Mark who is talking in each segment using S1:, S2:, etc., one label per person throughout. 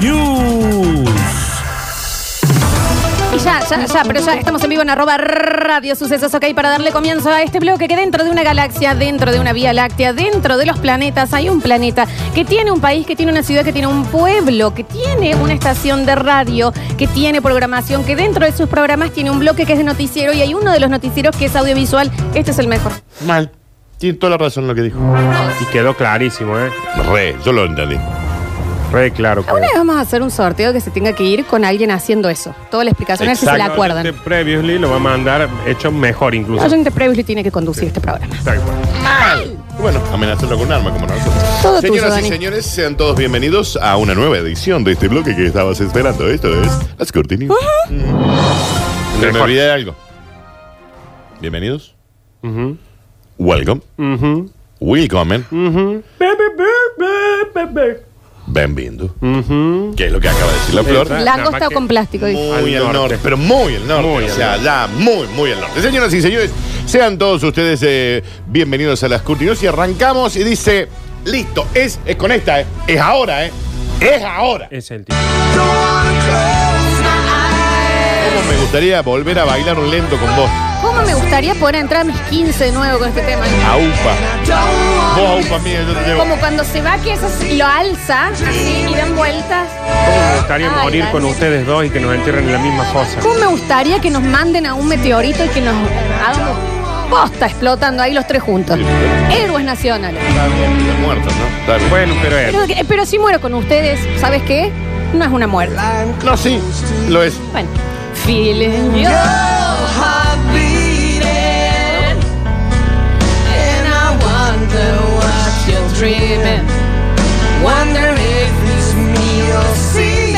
S1: News.
S2: Y ya, ya, ya, pero ya estamos en vivo en arroba radio sucesos, ok, para darle comienzo a este bloque que dentro de una galaxia, dentro de una vía láctea, dentro de los planetas, hay un planeta que tiene un país, que tiene una ciudad, que tiene un pueblo, que tiene una estación de radio, que tiene programación, que dentro de sus programas tiene un bloque que es de noticiero y hay uno de los noticieros que es audiovisual. Este es el mejor.
S3: Mal. Tiene toda la razón lo que dijo.
S4: Y quedó clarísimo, ¿eh?
S3: Re, yo lo entendí.
S4: Re claro.
S2: Ahora
S4: quedó.
S2: vamos a hacer un sorteo que se tenga que ir con alguien haciendo eso. Toda la explicación, a ver si se la
S4: Exacto.
S2: acuerdan.
S4: Este Previously lo va a mandar hecho mejor incluso.
S2: Oyente Presley tiene que conducir este programa.
S4: Tal cual.
S3: Bueno, amenazarlo con un arma como nosotros.
S2: Todo tuyo,
S3: Señoras y
S2: Dani.
S3: señores, sean todos bienvenidos a una nueva edición de este bloque que estabas esperando. Esto es Las Cortinas. Mm. Se me
S4: Mejor.
S3: olvidé de algo. Bienvenidos.
S4: Ujú.
S3: Welcome.
S4: Ujú.
S3: Welcome.
S4: Be, be, be, be, be, be.
S3: Bienvenido.
S4: Ujú.
S3: Que es lo que acaba de decir la flor.
S4: Exacto. Nada más
S2: Langosta
S4: que-
S2: con plástico. dice.
S3: Muy
S4: Al
S3: al norte.
S4: norte.
S3: pero muy al norte.
S4: Muy
S3: o
S4: al
S3: sea,
S4: norte.
S3: ya muy, muy al norte. Señoras y señores, sean todos ustedes eh, bienvenidos a las Curtinos y arrancamos y dice, listo, es, es con esta, eh, es ahora, eh, es ahora.
S4: Es el tipo.
S3: ¿Cómo me gustaría volver a bailar un lento con vos?
S2: ¿Cómo me gustaría poder entrar a mis 15 de nuevo con este tema?
S3: Aupa. Vos, aupa mía, yo te llevo.
S2: Como cuando se va que eso y lo alza así, y dan vueltas.
S4: ¿Cómo me gustaría
S2: Ay,
S4: morir
S2: Dani.
S4: con ustedes dos y que nos entierren en la misma fosa?
S2: ¿Cómo me gustaría que nos manden a un meteorito y que nos hagamos posta explotando ahí los tres juntos?
S3: Sí, pero-
S2: Héroes nacionales.
S3: Está bien, está muerto, ¿no? Está bien.
S4: Bueno, pero es.
S2: Pero, pero si muero con ustedes, ¿sabes qué? No es una muerte.
S3: No, sí, lo es.
S2: Bueno. Feeling your heart beating. And I wonder what you're dreaming. Wonder if it's me you're seeing.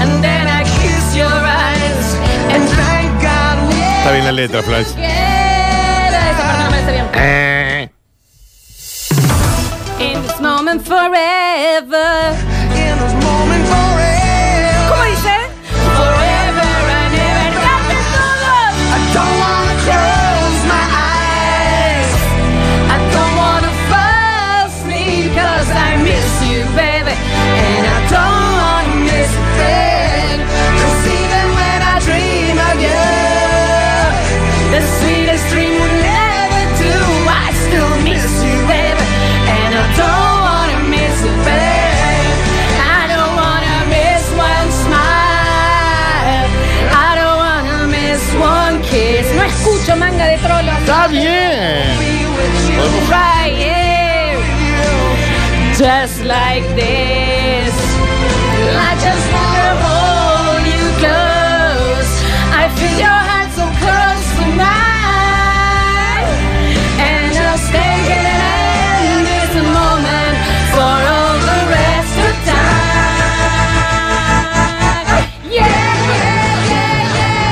S2: And then I kiss your eyes and thank God we're
S3: Está bien la letra, Flash.
S2: together. Esa parte no me la sé bien.
S3: Eh.
S2: In this moment forever. ¿Cómo dice? Forever and ever. ¡Cante todos! I don't wanna fall asleep 'cause I miss you, baby. And I don't wanna miss a thing. 'Cause even when I dream of you, the sweetest dream will never do. I still miss you, baby. And I don't wanna miss a thing. I don't wanna miss one smile. I don't wanna miss one kiss. No escucho manga de trolos.
S3: Está bien.
S2: Just like this. I just wanna hold you close. I feel your heart so close to mine. And just thinking in this moment for all the rest of time. Yeah, yeah, yeah, yeah, yeah.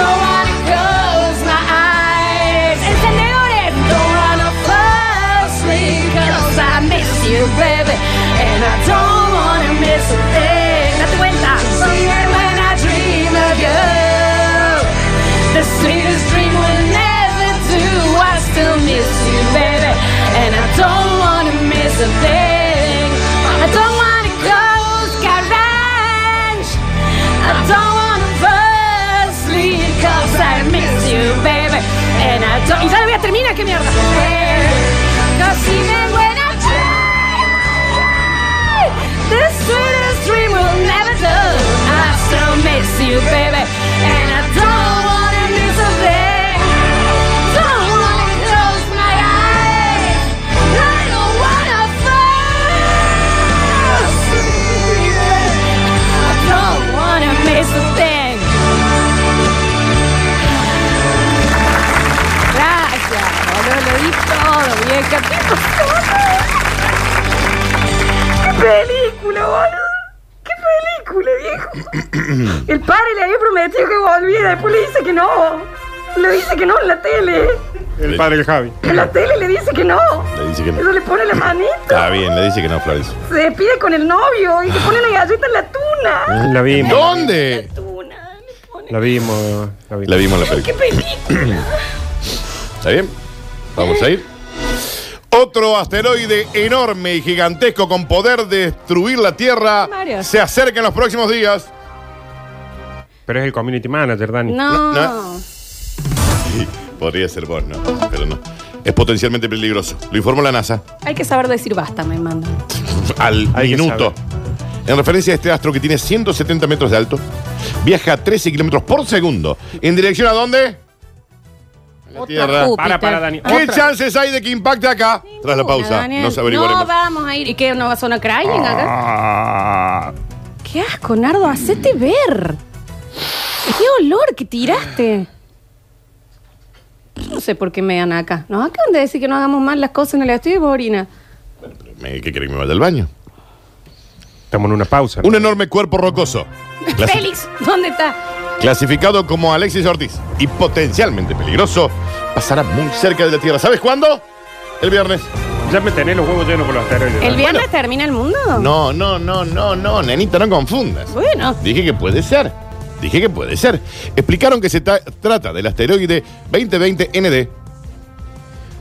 S2: Don't wanna close my eyes. Encendedores. Don't wanna fall asleep 'cause I miss you, baby. And I don't wanna miss a thing. Date cuenta. Even when I dream of you, the sweetest dream will never do. I still miss you, baby. And I don't wanna miss a thing. I don't wanna close garage. I don't wanna fall asleep 'cause I miss you, baby. And I don't. Y ya la voy a terminar, qué mierda. Cause even when I dream, the sweetest dream will never do. I still miss you, baby. And I don't wanna miss a thing. Don't wanna close my eyes. I don't wanna fall asleep. I don't wanna miss a thing. Gracias, boludo, lo di todo, vieja. ¿Qué pasó? ¡Qué película, boludo! ¡Qué película, viejo!
S5: El padre le había prometido que volvía, después le dice que no. Le dice que no en la tele.
S4: El padre del Javi.
S5: En la tele le dice que no.
S3: Le dice que no.
S5: Eso le pone la manita.
S3: Está bien, le dice que no, Florencia.
S5: Se despide con el novio y le pone la galleta en la tuna.
S4: La vimos.
S3: ¿Dónde?
S5: Tuna, le pone.
S4: La vimos. La
S3: La
S4: vimos.
S3: vimos en la
S5: ¡Qué
S3: película.
S5: película!
S3: ¿Está bien? Vamos a ir. Otro asteroide enorme y gigantesco con poder de destruir la Tierra
S6: Mario.
S3: se acerca en los próximos días.
S4: Pero es el community manager, Dani.
S6: No.
S3: No. Sí, podría ser vos, ¿no? Pero no. Es potencialmente peligroso. Lo informó la NASA.
S6: Hay que saber decir basta, me manda.
S3: al
S4: Hay que
S3: minuto. En referencia a este astro que tiene 170 metros de alto, viaja a 13 kilómetros por segundo. ¿En dirección a dónde? A la Tierra.
S4: Para, para, Dani.
S3: ¿Qué chances hay de que impacte acá? Tras la pausa, nos averiguaremos.
S6: No vamos a ir. ¿Y qué? ¿No va a sonar crying acá?
S4: Ah,
S6: Qué asco, Nardo, hacete ver. Qué olor que tiraste. No sé por qué me dan acá. Nos acaban de decir que no hagamos mal las cosas en el estudio y vos orina.
S3: Me- ¿Qué quiere que me vaya al baño?
S4: estamos en una pausa.
S3: Un enorme cuerpo rocoso. clasi-
S6: Félix, ¿dónde está?
S3: Clasificado como Alexis Ortiz y potencialmente peligroso, pasará muy cerca de la Tierra. ¿Sabes cuándo? El viernes.
S4: Ya me tenés los huevos llenos con los asteroides.
S6: ¿El
S4: Dani.
S6: viernes termina el mundo?
S3: No, no, no, no, no, nenita, no confundas.
S6: Bueno.
S3: Dije que puede ser. Dije que puede ser. Explicaron que se ta- trata del asteroide 2020ND.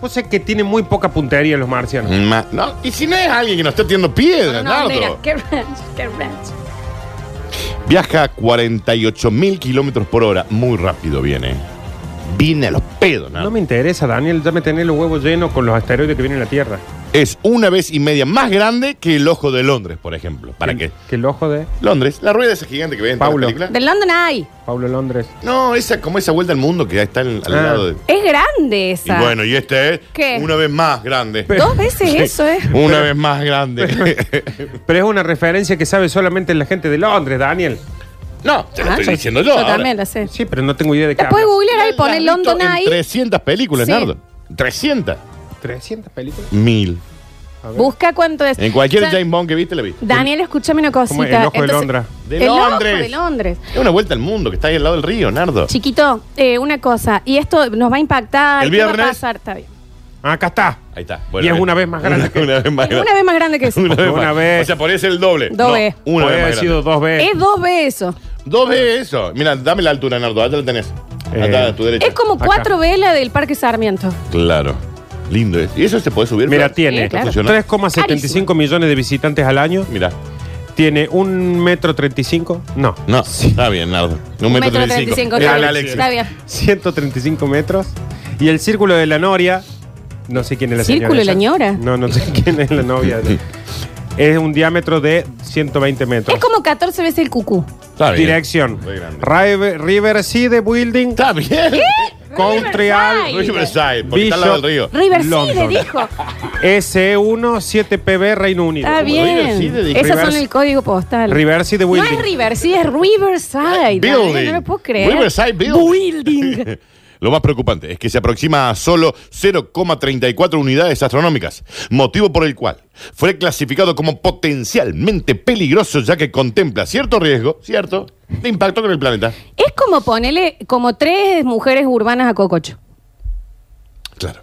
S4: O sea que tiene muy poca puntería los marcianos.
S3: Ma- no, y si no es alguien que nos está tirando piedras,
S6: No,
S3: Nardo.
S6: mira, qué ranch, qué ranch.
S3: Viaja a 48 mil kilómetros por hora. Muy rápido viene. Viene a los pedos, Nardo.
S4: No me interesa, Daniel. Ya me tenés los huevos llenos con los asteroides que vienen a la Tierra.
S3: Es una vez y media más grande que el ojo de Londres, por ejemplo. ¿Para qué?
S4: Que el ojo de
S3: Londres, la rueda esa gigante que ven en todas
S4: Paulo.
S3: las películas.
S6: Del London Eye.
S4: Pablo Londres.
S3: No, esa como esa vuelta al mundo que está al, al
S4: Ah.
S3: lado de.
S6: Es grande
S3: Y
S6: esa.
S3: bueno, y este es
S6: ¿Qué?
S3: una vez más grande.
S6: Dos veces eso, ¿eh?
S3: Una vez más grande.
S4: Pero es una referencia que sabe solamente la gente de Londres, Daniel.
S3: No, te lo
S6: Ah,
S3: estoy
S6: yo-
S3: diciendo yo.
S6: Yo
S3: ahora.
S6: también la sé.
S4: Sí, pero no tengo idea de qué
S6: La puedes
S4: hablas.
S6: googlear ahí,
S3: La
S6: poner
S3: pues, has
S6: London
S3: visto en
S6: Eye.
S3: 300 películas,
S6: Sí.
S3: Nardo. 300.
S4: 300 películas.
S3: Mil.
S4: A ver.
S6: Busca cuánto es.
S3: En cualquier
S6: O sea,
S3: James Bond que viste, la viste.
S6: Daniel, escúchame una cosita.
S4: ¿Cómo es? El ojo de Londra.
S3: De
S6: el ojo
S3: Londres.
S6: de Londres.
S3: Es una vuelta al mundo que está ahí al lado del río, Nardo.
S6: Chiquito, eh, una cosa. Y esto nos va a impactar.
S3: El
S6: ¿qué va a
S3: viernes.
S6: pasar? Está bien.
S4: Ah, Acá está.
S3: Ahí está.
S4: Y es una vez más grande
S3: Una,
S4: que-
S3: una vez más
S6: Es
S3: grande.
S6: una vez más grande que eso.
S3: Una vez
S4: Una
S3: más.
S4: vez.
S3: O sea, podría ser el doble.
S6: Dos veces.
S3: No, una
S4: Podría
S3: vez más
S4: haber sido
S3: grande.
S4: dos veces.
S6: Es dos veces eso.
S3: Dos veces eso. Mira, dame la altura, Nardo. Ahí te la tenés.
S4: Eh.
S3: Acá a tu derecha.
S6: Es como
S4: Acá.
S6: cuatro velas del Parque Sarmiento.
S3: Claro. Lindo es. ¿Y eso se puede subir?
S4: Mira,
S3: Flor?
S4: tiene
S6: Sí, claro.
S3: Funciona.
S4: 3,75 millones de visitantes al año.
S3: Mira.
S4: Tiene un metro 35. No.
S3: No, está bien, Nardo. Un metro treinta y cinco.
S6: está
S3: Era la
S6: bien.
S3: Alexis.
S6: Está bien.
S4: 135 metros. Y el círculo de la Noria. No sé quién es la señora
S6: ¿Círculo de la
S4: esa.
S6: ñora?
S4: No, no sé quién es la novia. es un diámetro de 120 metros.
S6: Es como 14 veces el cucú.
S3: Está bien.
S4: Dirección.
S3: Muy grande.
S4: River, Riverside Building.
S3: Está bien.
S4: Country Al.
S3: Riverside, porque está al lado del río.
S6: Riverside
S4: London.
S6: dijo.
S4: SE1 7PB Reino Unido.
S6: Está bien.
S3: Riverside dijo.
S6: Esos son
S4: Rivers-
S6: el código postal.
S4: Riverside
S6: no
S4: Building.
S6: es Riverside, es Riverside. Daniel,
S3: Building.
S6: No lo puedo creer.
S3: Riverside
S6: Building.
S3: Lo más preocupante es que se aproxima a solo 0,34 unidades astronómicas, motivo por el cual fue clasificado como potencialmente peligroso ya que contempla cierto riesgo, cierto, de impacto con el planeta.
S6: Es como ponerle como tres mujeres urbanas a Cococho.
S3: Claro.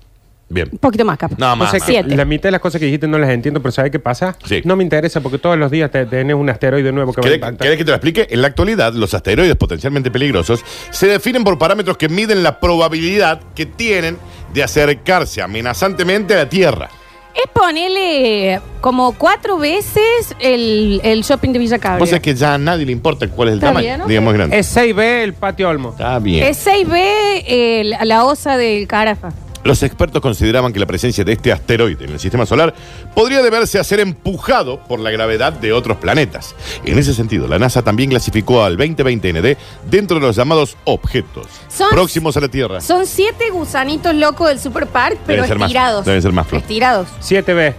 S3: Bien.
S6: Un poquito más, capaz.
S3: No,
S4: O
S3: más.
S4: sea
S3: más.
S4: que
S6: Siete.
S4: Ah, la mitad de las cosas que dijiste no las entiendo, pero ¿sabes qué pasa?
S3: Sí.
S4: No me interesa porque todos los días te- tenés un asteroide nuevo que va a
S3: ¿Querés,
S4: impactar.
S3: querés que te lo explique? En la actualidad, los asteroides potencialmente peligrosos se definen por parámetros que miden la probabilidad que tienen de acercarse amenazantemente a la Tierra.
S6: Es ponerle como cuatro veces el, el shopping de Villa Cabrera.
S3: Cosa que ya a nadie le importa cuál es el
S6: Está
S3: tamaño.
S6: bien, ¿no?
S3: Digamos grande.
S4: Es 6B el patio Olmo.
S3: Está bien.
S6: Es 6B eh, la- la osa del Carafa.
S3: Los expertos consideraban que la presencia de este asteroide en el sistema solar podría deberse a ser empujado por la gravedad de otros planetas. En ese sentido, la NASA también clasificó al 2020ND dentro de los llamados objetos
S6: Son-
S3: próximos a la Tierra.
S6: Son siete gusanitos locos del Super Park, pero
S3: Deben ser más.
S6: estirados.
S3: Deben ser más, Flor.
S6: Estirados.
S4: 7B.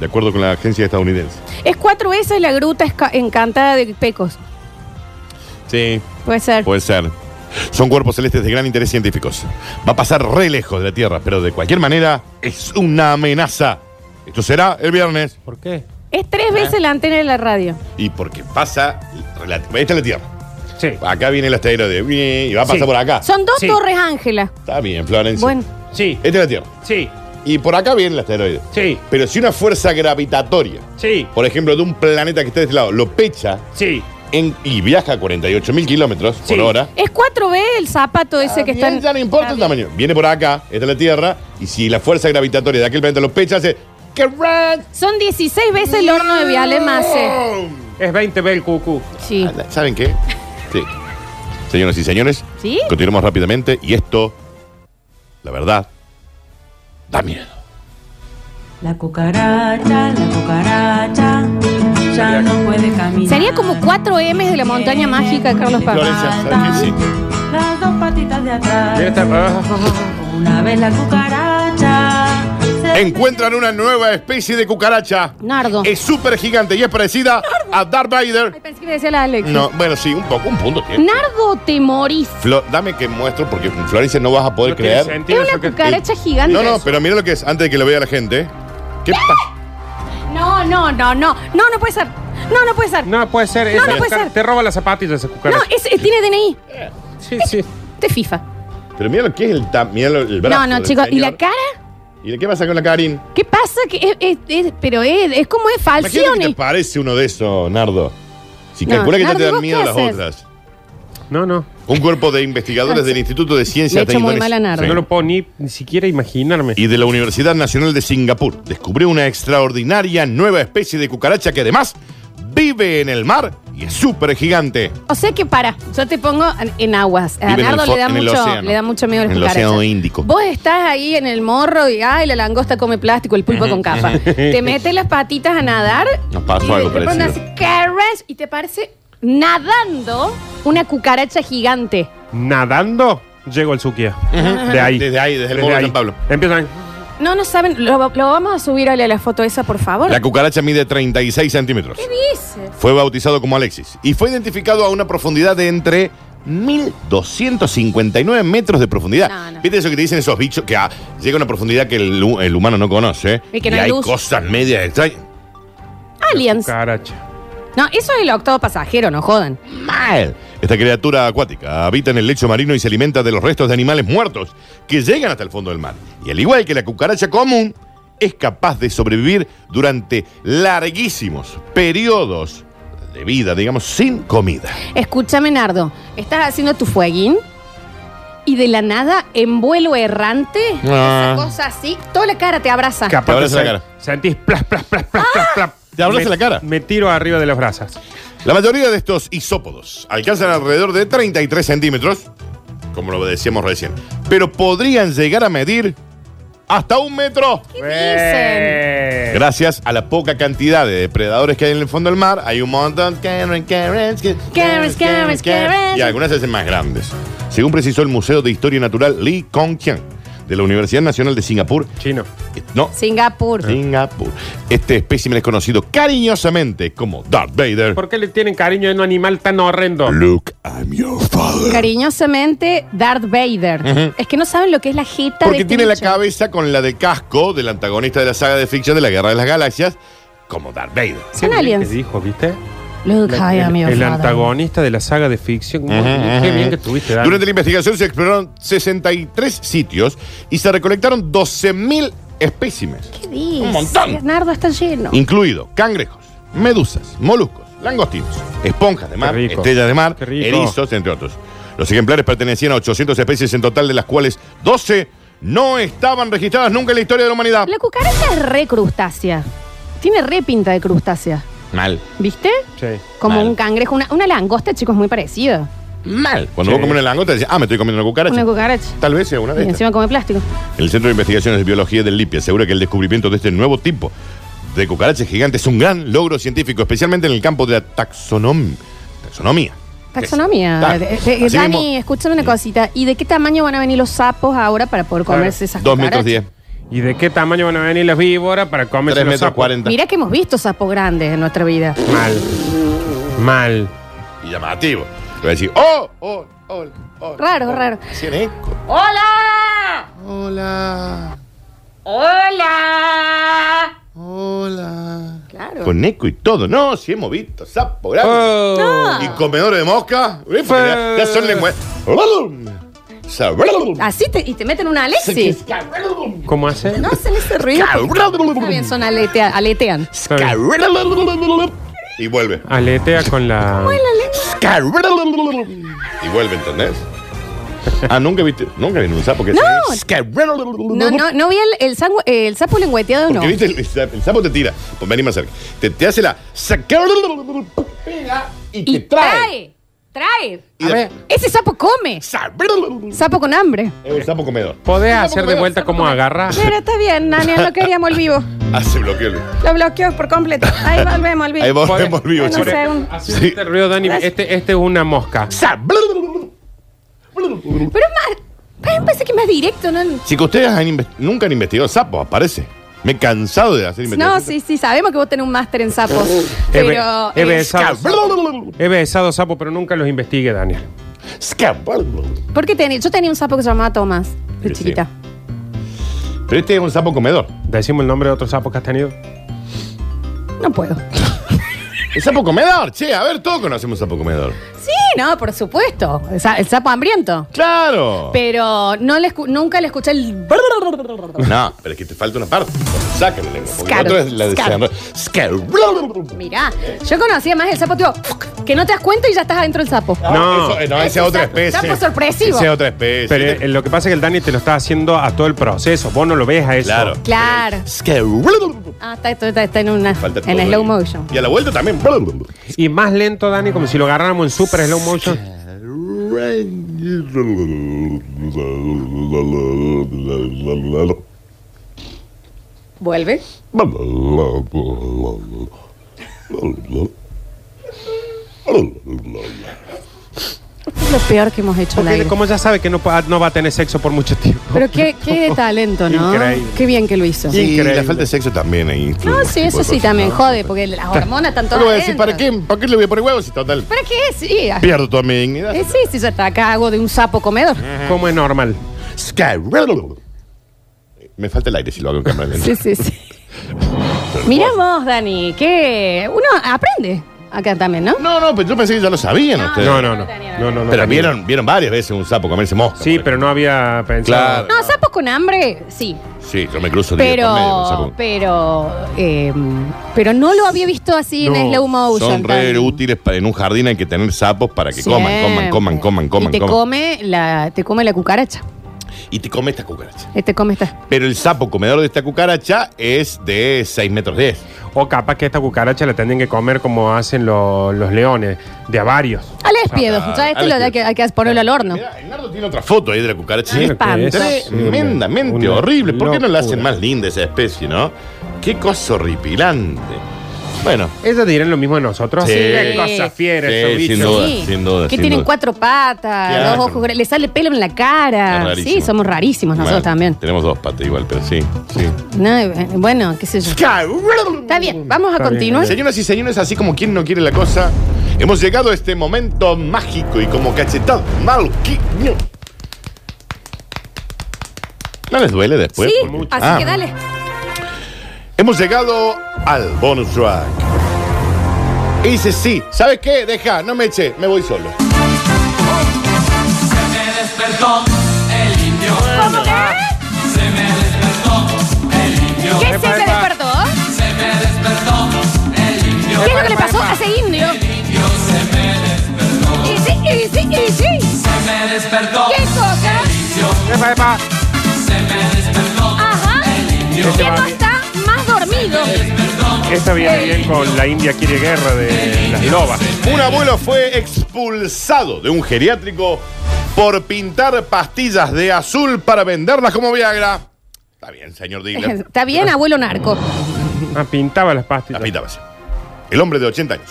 S3: De acuerdo con la agencia estadounidense.
S6: Es cuatro veces la gruta esca- encantada de Pecos.
S3: Sí,
S6: Puede ser.
S3: puede ser. Son cuerpos celestes de gran interés científico. Va a pasar re lejos de la Tierra, pero de cualquier manera es una amenaza. Esto será el viernes.
S4: ¿Por qué?
S6: Es tres
S3: ¿eh?
S6: veces la antena de la radio.
S3: Y porque pasa. relati- Esta es la Tierra.
S4: Sí.
S3: Acá viene el asteroide. bien, Y va a pasar
S4: Sí.
S3: por acá.
S6: Son dos
S4: Sí.
S6: torres Ángela.
S3: Está bien, Florencia.
S6: Bueno,
S4: Sí.
S3: Esta es la Tierra.
S4: Sí.
S3: Y por acá viene el asteroide.
S4: Sí.
S3: Pero si una fuerza gravitatoria,
S4: Sí.
S3: por ejemplo, de un planeta que está de este lado, lo pecha
S4: Sí.
S3: en- y viaja a 48 mil kilómetros
S4: Sí.
S3: por hora.
S6: es 4B el zapato ese que está
S3: bien,
S6: en...
S3: Ya no importa
S6: Ah,
S3: el
S6: bien.
S3: tamaño. Viene por acá, esta es la Tierra, y si la fuerza gravitatoria de aquel planeta lo pecha, hace. ¡Que run!
S6: Son 16 veces el horno de Viale Mace.
S4: Es 20 B el cucú.
S6: Sí.
S3: Ah, ¿Saben qué? Sí. Señoras y señores,
S6: ¿Sí?
S3: continuamos rápidamente y esto, la verdad, da miedo.
S7: La cucaracha, la cucaracha, ya no puede caminar.
S6: Sería como 4M de la montaña mágica de Carlos Paz.
S3: Florencia, ¿sabes qué? Sí.
S7: Las dos patitas de
S4: Mira
S7: atrás.
S4: esta- ah.
S7: Una vez la cucaracha. se-
S3: Encuentran una nueva especie de cucaracha.
S6: Nardo.
S3: Es súper gigante y es parecida a Darth
S6: Ay,
S3: Vader.
S6: pensé que le decía la Alex.
S3: No, bueno, sí, un poco, un punto tiene.
S6: Nardo, te morís.
S3: Flo- dame que muestro porque con Florencia no vas a poder
S4: No tiene
S3: creer.
S4: sentido
S6: Es una
S4: eso que-
S6: cucaracha gigante.
S3: No, no, pero mira lo que es antes de que lo vea la gente. ¿Qué pasa?
S6: No, no, no, no. No, no puede ser. No, no puede ser. No,
S4: No puede ser.
S6: No,
S4: esa
S6: no puede
S4: cucara-
S6: ser.
S4: Te roba las zapatillas esa cucaracha.
S6: es- es- tiene DNI.
S4: Sí, sí.
S6: De FIFA.
S3: Pero mira lo que es el, ta- mira lo- el brazo.
S6: no, no,
S3: del
S6: chicos. ¿Y
S3: señor.
S6: la cara?
S3: ¿Y de qué pasa con la Karin?
S6: ¿Qué pasa? Que es, es- es- pero es, es como es
S3: Imagínate que te
S6: falciones.
S3: parece uno de esos, Nardo. Si
S6: No,
S3: calcula que
S6: Nardo,
S3: ya te dan
S6: ¿vos
S3: miedo
S6: qué
S3: las
S6: haces?
S3: otras.
S4: No, no.
S3: Un cuerpo de investigadores del Instituto de
S6: Le
S3: Ciencias e
S6: echo
S3: de
S6: muy
S3: Indonesia-
S6: mal a Nardo.
S3: Sí.
S4: No lo puedo ni, ni siquiera imaginarme.
S3: y de la Universidad Nacional de Singapur descubrió una extraordinaria nueva especie de cucaracha que además vive en el mar y es súper gigante.
S6: O sea que para, yo te pongo en- en aguas. A
S3: Vive en el
S6: Nardo
S3: fo-
S6: le, da
S3: en el
S6: mucho,
S3: océano.
S6: le da mucho miedo a las
S3: En el
S6: cucarachas.
S3: océano Índico.
S6: Vos estás ahí en el morro y ay, la langosta come plástico, el pulpo con capa. te metes las patitas a nadar.
S3: Nos pasó
S6: y
S3: algo
S6: de pronto
S3: parecido.
S6: hace carras y te parece nadando una cucaracha gigante.
S4: Nadando, llego al Suquía. De ahí.
S3: Desde ahí, desde el pueblo de San Pablo.
S4: Empiezan.
S6: No, no saben, lo, lo vamos a subir a la foto esa, por favor.
S3: La cucaracha mide 36 centímetros.
S6: ¿Qué dices?
S3: Fue bautizado como Alexis y fue identificado a una profundidad de entre 1.259 metros de profundidad.
S6: No, no.
S3: ¿Viste eso que te dicen esos bichos que ah, llega a una profundidad que el, hu- el humano no conoce?
S6: Y que no hay
S3: hay
S6: luz.
S3: cosas medias extrañas.
S6: Aliens.
S4: Cucaracha.
S6: Ah. No, eso es el octavo pasajero, no jodan.
S3: mal. Esta criatura acuática habita en el lecho marino y se alimenta de los restos de animales muertos que llegan hasta el fondo del mar. Y al igual que la cucaracha común, es capaz de sobrevivir durante larguísimos periodos de vida, digamos, sin comida.
S6: Escúchame, Nardo. Estás haciendo tu fueguín y de la nada, en vuelo errante,
S3: Ah.
S6: esa cosa así, toda la cara te abraza.
S4: Capaz
S3: abraza
S4: de
S3: la Ah.
S4: sen- Sentís plas, plas, plas, plas, plas, plas.
S3: Te abraza
S4: Me-
S3: la cara.
S4: Me tiro arriba de las brasas.
S3: La mayoría de estos isópodos alcanzan alrededor de 33 centímetros, como lo decíamos recién, pero podrían llegar a medir hasta un metro.
S4: Eh.
S3: Gracias a la poca cantidad de depredadores que hay en el fondo del mar, hay un montón. Karen, Karen, Karen,
S6: Karen, Karen, Karen.
S3: Y algunas se hacen más grandes. Según precisó el Museo de Historia Natural Lee Kong Chiang de la Universidad Nacional de Singapur.
S4: Chino.
S3: eh, No,
S6: Singapur.
S3: Singapur. Este espécimen es conocido cariñosamente como Darth Vader.
S4: ¿Por qué le tienen cariño a un animal tan horrendo?
S3: Look, I'm your father.
S6: Cariñosamente, Darth Vader. Es que no saben lo que es la jeta de
S3: Porque
S6: este
S3: tiene la
S6: bicho.
S3: cabeza con la de casco del antagonista de la saga de ficción de la Guerra de las Galaxias, como Darth Vader.
S6: Son
S4: bien
S6: aliens.
S4: que dijo, viste?
S6: Luke, I am
S4: el
S6: your
S4: el
S6: father.
S4: antagonista de la saga de ficción. Qué bien que estuviste, Dani.
S3: Durante la investigación se exploraron 63 sitios y se recolectaron 12.000 espécimes,
S6: ¿Qué dices?
S3: Un montón.
S6: Nardo está lleno.
S3: incluido cangrejos, medusas, moluscos, langostinos, esponjas de mar,
S4: Qué rico.
S3: estrellas de mar,
S4: Qué rico.
S3: erizos, entre otros. Los ejemplares pertenecían a 800 especies en total, de las cuales 12 no estaban registradas nunca en la historia de la humanidad.
S6: La cucaracha es re crustácea. Tiene re pinta de crustácea.
S3: Mal.
S6: ¿Viste?
S4: Sí.
S6: Como
S3: Mal.
S6: un cangrejo. Una, una langosta, chicos, es muy parecida.
S3: Mal. Cuando
S4: Sí.
S3: vos comes una langota, decís, ah, me estoy comiendo una cucaracha.
S6: Una cucaracha.
S3: Tal vez sea una
S6: Y
S3: de estas.
S6: encima come plástico.
S3: El Centro de Investigaciones de Biología del LIPI asegura que el descubrimiento de este nuevo tipo de cucarachas gigantes es un gran logro científico, especialmente en el campo de la taxonom- taxonomía.
S6: Taxonomía.
S3: Claro.
S6: Eh, eh,
S3: Así
S6: Dani,
S3: mismo,
S6: escúchame una cosita. ¿Y de qué tamaño van a venir los sapos ahora para poder
S4: Claro.
S6: comerse esas
S3: Dos metros
S6: cucarachas?
S3: diez,
S4: ¿Y de qué tamaño van a venir las víboras para comer
S3: tres metros cuarenta.
S6: Mirá que hemos visto sapos grandes en nuestra vida.
S4: Mal. Mal.
S3: Y llamativo. Le voy a decir, ¡oh! ¡oh! ¡oh! ¡oh!
S6: Raro,
S3: oh".
S6: raro.
S3: Hacían eco.
S5: ¡Hola!
S3: Hola,
S5: ¡Hola!
S3: hola.
S6: Claro.
S3: Con eco y todo. No, si hemos visto sapo grande.
S4: Oh.
S6: No.
S3: Y comedores de mosca. Eh, porque Ya, ya son lenguas.
S6: Así te, y te meten una Alexis.
S4: ¿Cómo hace?
S6: No hacen ese ruido. Está bien, son aletea- aletean.
S4: Está bien.
S3: Y vuelve.
S4: Aletea con la.
S3: Y vuelve, ¿entendés? Ah, nunca viste, nunca viste un sapo que se...
S6: No, no, no vi el, el, sangu- eh, el sapo lengüeteado, no.
S3: Porque viste, el, el sapo- el sapo te tira. Pues vení más cerca. Te, te hace la... Pega y te
S6: Y
S3: trae.
S6: trae. Trae.
S3: Y de-
S6: A ver, Ese sapo come. Sapo con hambre.
S3: Es un sapo comedor.
S4: ¿Podés hacer de vuelta cómo agarra?
S6: Pero está bien, Nania, no queríamos el vivo.
S3: Hace bloqueo. Ah, el-
S5: Lo bloqueó por completo. Ahí volvemos al
S3: Ahí
S5: vivo.
S3: volvemos vivo,
S5: Bueno,
S3: chicos.
S5: sé, un-
S4: Hacer este ruido, Dani. Este, este es una mosca.
S6: Pero es más. Pero me parece que es más directo, ¿no?
S3: Chicos, ustedes han inves- nunca han investigado sapos, aparece. Me he cansado de hacer
S6: No,
S3: investigación.
S6: sí, sí, sabemos que vos tenés un máster en sapos.
S4: He be-
S6: Pero.
S4: he
S6: eh,
S4: besado, he besado sapo, pero nunca los investigué, Daniel.
S6: ¿Por qué tenés? Yo tenía un sapo que se llamaba Tomás, de
S3: Sí.
S6: chiquita.
S3: Pero este es un sapo comedor.
S4: Decimos el nombre de otro sapo que has tenido.
S6: No puedo.
S3: El sapo comedor, che, a ver, todos conocemos sapo comedor.
S6: Sí, no, por supuesto. El, sa- el sapo hambriento.
S3: ¡Claro!
S6: Pero no le escu- nunca le escuché el.
S3: no, pero es que te falta una parte. Saca la lengua. Porque la
S6: Scar.
S3: otra es la de
S6: Scar.
S3: desenro- Scar.
S6: Mirá, yo conocía más el sapo, tío, que no te das cuenta y ya estás adentro del sapo.
S4: No.
S3: Eso- eh, no, esa es otra
S6: Sapo-
S3: especie.
S6: sapo sorpresivo.
S3: Esa es otra especie.
S4: Pero eh, lo que pasa es que el Dani te lo está haciendo a todo el proceso. Vos no lo ves a eso.
S3: Claro.
S6: Claro.
S3: Scar.
S6: Ah, está, está- está- está en una.
S3: Falta
S6: en
S3: todo
S6: slow
S3: ahí.
S6: motion.
S3: Y a la vuelta también.
S4: Y más lento, Dani, como si lo agarráramos en super slow motion.
S6: Vuelve. Es lo peor que hemos hecho al
S4: Porque
S6: aire.
S4: como ya sabe que no, pa- no va a tener sexo por mucho tiempo.
S6: Pero qué, qué talento, ¿no?
S4: Increíble.
S6: Qué bien que lo hizo.
S3: Sí,
S4: Increíble.
S3: la falta de sexo también ahí.
S6: No, sí, eso sí también jode,
S3: joder.
S6: porque las hormonas están
S3: No
S6: todas.
S3: le voy a decir, ¿para
S6: adentro.
S3: qué? ¿Para qué le voy a poner huevos si total
S6: ¿Para qué? Sí. ah,
S3: pierdo toda mi dignidad?
S6: eh, sí, sí, ya está acá, hago de un sapo comedor.
S4: Como es normal.
S3: Sky. Me falta el aire si lo hago en cámara lenta.
S6: Sí, sí, sí. Mirá vos, Dani, que uno aprende acá también, ¿no?
S3: No, no, pero yo pensé que ya lo sabían ustedes.
S4: No, no, no. No, no, no.
S3: pero
S4: Dani.
S3: vieron, vieron varias veces un sapo comerse mosca.
S4: Sí,
S3: por
S4: pero no había pensado.
S3: Claro.
S6: No, sapos con hambre, sí.
S3: ejemplo. Sí, yo me cruzo diez por medio con
S6: Pero,
S3: sapo.
S6: pero, eh, pero no lo había visto así en
S4: No,
S6: slow motion.
S3: Son re
S6: tan-
S3: útiles para, en un jardín hay que tener sapos para que coman, coman,
S6: Siempre.
S3: coman, coman, coman,
S6: Y te
S3: coman.
S6: come la, te come la cucaracha.
S3: Y te come esta cucaracha.
S6: Eh, Te come esta.
S3: Pero el sapo comedor de esta cucaracha es de 6 metros 10.
S4: O capaz que esta cucaracha la tendrían que comer como hacen lo- los leones, de a varios.
S6: Al espiedo. Ya este
S3: al
S6: lo
S3: espiedo.
S6: hay que, hay que ponerlo al horno.
S3: Ah, Mirá, el Nardo tiene otra foto ahí de la cucaracha.
S6: Ah, es espanto.
S3: Tremendamente horrible. ¿Por qué no la
S4: la
S3: hacen más linda esa especie, no? Qué cosa horripilante. Bueno.
S4: Ellas dirán lo mismo de nosotros.
S3: Sí.
S4: Qué cosa fiera
S3: Sí,
S4: esos bichos.
S3: sin duda. duda,
S6: Que
S3: sin
S6: tienen
S3: duda.
S6: cuatro patas,
S3: Qué asco.
S6: dos ojos, grandes, le sale pelo en la cara.
S3: Es rarísimo.
S6: Sí, somos rarísimos nosotros
S3: Mal.
S6: también.
S3: Tenemos dos patas igual, pero sí. sí.
S6: No, eh, bueno, qué sé yo. Está bien, vamos a
S4: Está bien,
S6: continuar.
S3: Señoras y señores, así como quien no quiere la cosa, hemos llegado a este momento mágico y como cachetado. Mal qui- ñu. ¿No les duele después?
S6: Sí,
S3: Porque-
S6: así
S3: Ah.
S6: que dale.
S3: Hemos llegado al bonus track. Y dice, sí, ¿sabes qué? Deja, no me eche, me voy solo.
S6: ¿Cómo que? ¿Qué se me despertó? ¿Qué es lo que le pasó a ese indio? Y sí, y sí, y sí. ¿Qué cosa?
S4: Epa, epa.
S6: Ajá.
S4: Ese
S6: ¿Quién
S4: Este va
S6: no
S4: bien.
S6: está más dormido?
S4: Esta viene bien con la India quiere guerra de las lobas.
S3: Un abuelo fue expulsado de un geriátrico por pintar pastillas de azul para venderlas como Viagra. Está bien, señor Digler.
S6: Está bien, abuelo narco.
S4: Ah, pintaba las
S3: Las
S4: pastillas.
S3: pintaba así. El hombre de 80 años.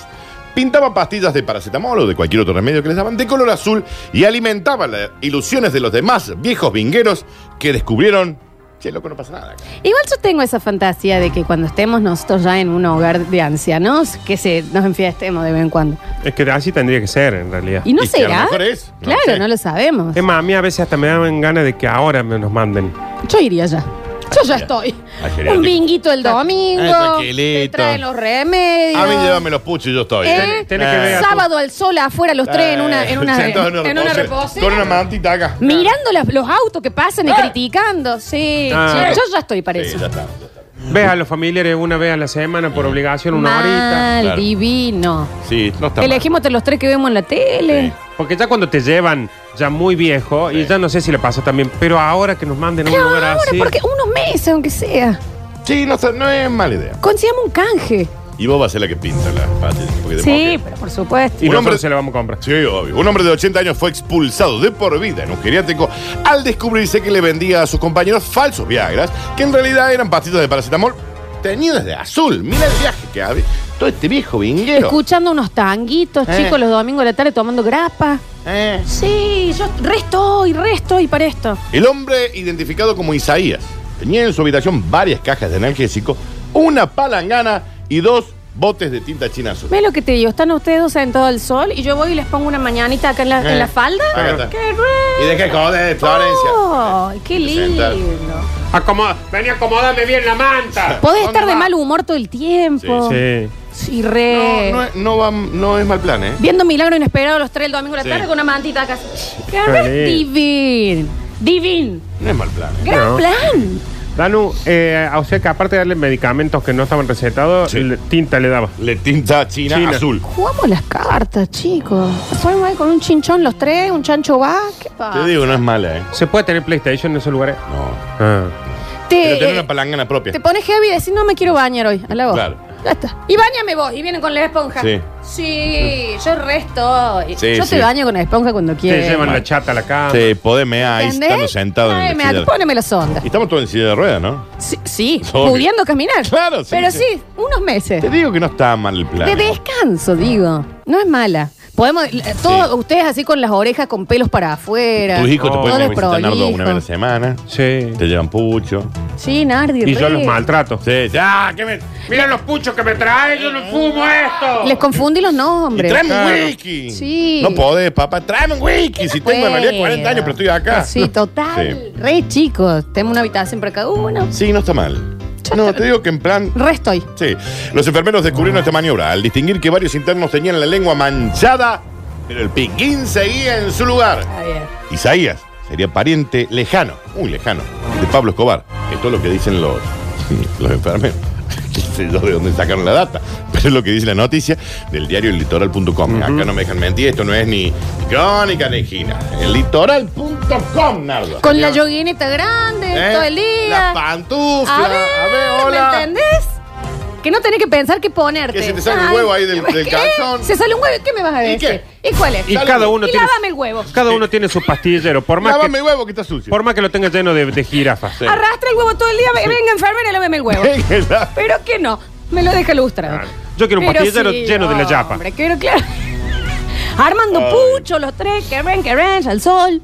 S3: Pintaba pastillas de paracetamol o de cualquier otro remedio que les daban de color azul y alimentaba las ilusiones de los demás viejos vingueros que descubrieron. Che, loco, no pasa nada. acá".
S6: Igual yo tengo esa fantasía de que cuando estemos nosotros ya en un hogar de ancianos, que se nos enfiestemos de vez en cuando.
S4: Es que así tendría que ser, en realidad.
S6: ¿Y no
S3: Y que a lo
S6: será?
S3: mejor es, no
S6: claro,
S3: sé. Em-
S6: no lo sabemos.
S4: Es más, a mí a veces hasta me dan ganas de que ahora me nos manden.
S6: Yo iría ya. Yo ya estoy.
S3: Ay, geriátrico.
S6: Un binguito el domingo. Te
S3: Ah, eh, tranquilito.
S6: traen los remedios.
S3: A mí llévame los puchos y yo estoy.
S6: ¿Eh?
S4: Tenés que ver a tu-
S6: Sábado al sol afuera los tres en una, en una,
S3: Sentados
S6: en una reposera.
S3: Con una mantita acá.
S6: Mirando las- los autos que pasan y criticando. Sí,
S4: Ah.
S6: yo, yo ya estoy para
S3: Sí,
S6: eso.
S3: ya está, ya está.
S4: Ves a los familiares una vez a la semana
S3: Mm.
S4: por obligación, una horita.
S6: Mal,
S3: Claro.
S6: divino.
S3: Sí, no está mal.
S6: Elegimos entre los tres que vemos en la tele.
S4: Porque ya cuando te llevan ya muy viejo, y ya no sé si le pasa también, pero ahora que nos manden a un
S6: Pero
S4: lugar
S6: ahora,
S4: así.
S6: porque unos meses, aunque sea.
S3: Sí, no, está- no es mala idea.
S6: Consigamos un canje.
S3: Y vos vas a ser la que pinta la pata. porque te
S6: Sí,
S3: moque.
S6: pero por supuesto.
S4: Y
S3: Un hombre-
S4: nosotros se lo vamos a comprar.
S3: Sí, obvio. Un hombre de 80 años fue expulsado de por vida en un geriátrico al descubrirse que le vendía a sus compañeros falsos Viagras, que en realidad eran pastillas de paracetamol teñidas de azul. Mira el viaje que hace todo este viejo vinguero.
S6: Escuchando unos tanguitos,
S3: Eh.
S6: chicos, los domingos de la tarde tomando grapa.
S3: Eh.
S6: Sí, yo resto y resto y para esto.
S3: El hombre, identificado como Isaías, tenía en su habitación varias cajas de analgésico, una palangana y dos botes de tinta china azul.
S6: ¿Ves lo que te digo? Están ustedes dos sentados al sol y yo voy y les pongo una mañanita acá en la,
S3: Eh.
S6: en la falda.
S3: Acá está.
S6: ¡Qué re!
S3: ¿Y de qué joder, Florencia?
S6: ¡Ay, qué
S3: Sentar.
S6: lindo!
S4: Acomoda, vení a acomodarme bien la manta.
S6: Podés
S3: ¿Dónde
S6: estar de
S3: va?
S6: mal humor todo el tiempo. Sí,
S4: Sí.
S6: re. Eh.
S3: No, no, es- no va- no es mal plan, ¿eh?
S6: Viendo Milagro Inesperado los tres el domingo a la
S3: Sí.
S6: tarde con una mantita acá. ¡Qué
S4: Qué lindo.
S6: divin! ¡Divin!
S3: No es mal plan, ¿eh?
S6: ¡Gran
S4: No.
S6: plan!
S4: Danu, eh, o sea que aparte de darle medicamentos que no estaban recetados,
S3: Sí.
S4: le- tinta le daba.
S3: Le tinta china,
S4: China.
S3: azul.
S6: Jugamos las cartas, chicos. Fuimos ahí con un chinchón los tres, un chancho va. ¿Qué pasa?
S3: Te digo, no es mala, ¿eh?
S4: ¿Se puede tener PlayStation en esos lugares?
S3: No.
S4: Ah.
S6: Te,
S3: Pero tener
S6: eh,
S3: una palangana propia.
S6: te pones heavy y decís, no me quiero bañar hoy. A la voz.
S3: Claro.
S6: Ya está. Y bañame vos. Y vienen con la esponja.
S3: Sí.
S6: Sí, yo resto.
S3: Sí,
S6: yo
S3: sí.
S6: te baño con la esponja cuando
S4: Te
S6: quieras.
S4: llevan la chata a la cama.
S3: Sí, podeme ahí,
S6: ¿Entendés?
S3: estando sentado
S6: Ay,
S3: en
S6: me
S3: la silla.
S6: at- Póneme la sonda.
S3: Y estamos todos en silla de ruedas, ¿no?
S6: Sí, sí,
S3: Obvio.
S6: pudiendo caminar.
S3: Claro, sí,
S6: Pero
S3: sí.
S6: sí, unos meses.
S3: Te digo que no está mal el plan.
S6: De
S3: ¿eh?
S6: descanso, digo. No es mala. Podemos, eh, todos
S3: Sí.
S6: ustedes así con las orejas con pelos para afuera.
S3: Tus hijos te
S4: No.
S3: pueden
S6: Todo
S3: ir a visitar Nardo
S6: desprolijo.
S3: una vez a la semana.
S4: Sí.
S3: Te llevan pucho.
S6: Sí, Nardi.
S4: Y yo
S6: re.
S4: los maltrato.
S3: Sí, ya, ¿qué me...?
S4: Mira los puchos que me traen, yo no fumo esto.
S6: Les confundí los nombres.
S3: Y tráeme
S4: Claro.
S3: un wiki.
S6: Sí.
S3: No podés, papá. Tráeme un wiki. Si tengo en realidad 40 años, pero estoy acá.
S6: Sí, total.
S3: Sí.
S6: Re chicos. Tengo una habitación para cada uno.
S3: Sí, no está mal. No, te digo que en plan.
S6: Re estoy.
S3: Sí. Los enfermeros descubrieron esta maniobra al distinguir que varios internos tenían la lengua manchada, pero el piquín seguía en su lugar.
S6: Está bien.
S3: Isaías sería pariente lejano, muy lejano, de Pablo Escobar. Esto es lo que dicen los, los enfermeros. Qué sé yo de dónde sacaron la data, pero es lo que dice la noticia del diario ellitoral.com. Acá no me dejan mentir, esto no es ni crónica ni gina. Ellitoral.com, Nardo.
S6: Con la yoguineta grande,
S3: ¿Eh?
S6: todo el día.
S3: La pantufla.
S6: a ver,
S3: a ver, hola.
S6: ¿me entendés? Que no tenés que pensar qué ponerte.
S3: Que se te sale un huevo ahí del- del
S6: ¿qué?
S3: calzón.
S6: Se sale un huevo, ¿qué me vas a
S3: ¿Y
S6: decir? ¿Y, cuál es?
S4: Y cada uno
S6: y
S4: tiene.
S6: lávame el huevo.
S4: Cada uno tiene su pastillero. Por más,
S3: Lávame
S4: que,
S3: el huevo que está sucio.
S4: por más que lo tenga lleno de, de jirafas.
S3: Sí.
S6: Arrastra el huevo todo el día, ve- venga enfermera, lávame el huevo.
S3: Déjela.
S6: Pero que no, me lo deja lustrado.
S4: Claro. Yo quiero un
S6: Pero
S4: pastillero lleno de la yapa.
S6: Hombre, quiero claro. Armando
S3: Ay.
S6: Pucho, los tres, que ven, que ven, al sol.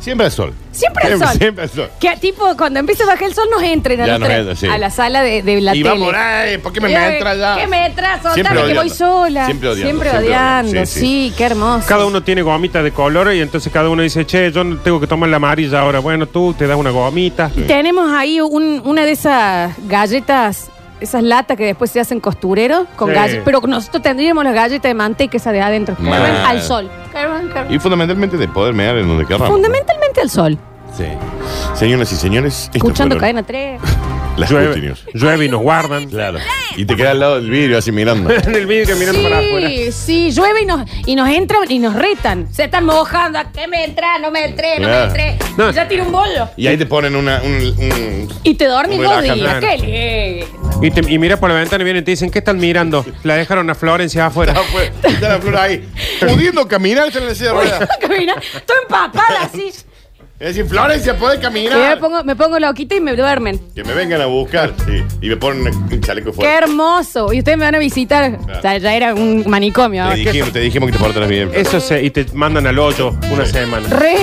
S3: Siempre al sol.
S6: Siempre al sol.
S3: Siempre al sol.
S6: Que tipo, cuando empieza a bajar el sol nos entren a,
S3: Ya
S6: los
S3: nos
S6: tres,
S3: entra, sí.
S6: a la sala de, de la
S3: y
S6: tele.
S3: vamos, ay, ¿por qué me
S6: Eh,
S3: entra ya?
S6: ¿Qué me entras?
S3: Siempre
S6: Soltame que
S3: odiando.
S6: voy sola.
S3: Siempre odiando,
S6: Siempre
S3: siempre
S6: odiando.
S3: odiando.
S6: Sí,
S3: Sí,
S6: qué hermoso.
S4: Cada uno tiene gomitas de color y entonces cada uno dice, che, yo no tengo que tomar la amarilla ahora. Bueno, tú te das una gomita.
S6: Y tenemos ahí un- una de esas galletas, esas latas que después se hacen costureros con
S4: Sí.
S6: galletas. Pero nosotros tendríamos las galletas de manteca esa de adentro. Que
S3: Mal.
S6: van al sol. Que van, que van.
S3: Y fundamentalmente de poder mear en donde querramos.
S6: Fundamentalmente al sol.
S3: Sí. Señoras y señores, estas
S6: Escuchando cadena
S3: fueron
S6: 3.
S3: las Curti
S4: Llueve,
S3: News.
S4: llueve y nos guardan.
S3: Claro. Y te quedas al lado del vidrio así mirando.
S4: en el vídeo que mirando para afuera.
S6: Sí, sí, llueve y nos, y nos entran y nos retan. Se están mojando. ¿A qué me entra? No me entré, no me
S3: Claro.
S6: entré.
S4: No.
S6: Ya tiro un bollo.
S3: Y ahí te ponen una, un, un-
S6: Y te dormís dos
S3: Relajante.
S6: días. Qué lindo.
S4: Y, te- y miras por la ventana y vienen y te dicen, ¿qué están mirando? La dejaron a Florencia afuera.
S3: Ah, fue- está la flor ahí. Pudiendo caminar, se le decía rueda.
S6: caminar. Estoy empapada así.
S3: Es decir, Florencia, podés
S6: Me
S3: caminar.
S6: pongo, me pongo loquita y me duermen.
S3: Que me vengan a buscar. Sí. Y me ponen un chaleco
S6: Qué
S3: fuerte.
S6: hermoso. Y ustedes me van a visitar.
S3: Claro.
S6: O sea, ya era un manicomio.
S3: Te
S6: ahora.
S3: dijimos, te dijimos que te portaras bien.
S4: Eso se, y te mandan al hoyo una semana.
S6: Re.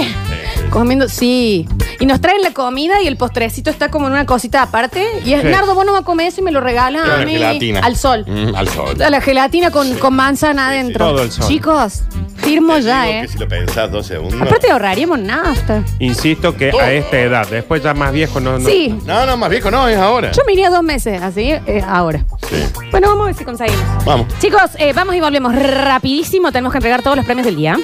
S6: Comiendo, sí. Y nos traen la comida y el postrecito está como en una cosita aparte. Y es,
S4: Sí.
S6: Nardo, vos no vas a comer eso y me lo regalas
S3: Era
S6: a
S3: una
S6: mí.
S3: gelatina.
S6: Al sol.
S3: Mm, al sol.
S6: A la gelatina con, con manzana adentro.
S4: Todo al sol.
S6: Chicos, Firmo
S3: Te
S6: ya,
S3: digo
S6: ¿eh?
S3: que si lo pensás dos segundos.
S6: Aparte ahorraríamos nafta.
S4: Insisto que a esta edad, después ya más viejo no. no-
S6: Sí,
S3: No, no, más viejo no, es ahora.
S6: yo me iría dos meses, así, eh, ahora.
S3: Sí.
S6: Bueno, vamos a ver si conseguimos.
S3: Vamos.
S6: Chicos, eh, vamos y volvemos rapidísimo. Tenemos que entregar todos los premios del día.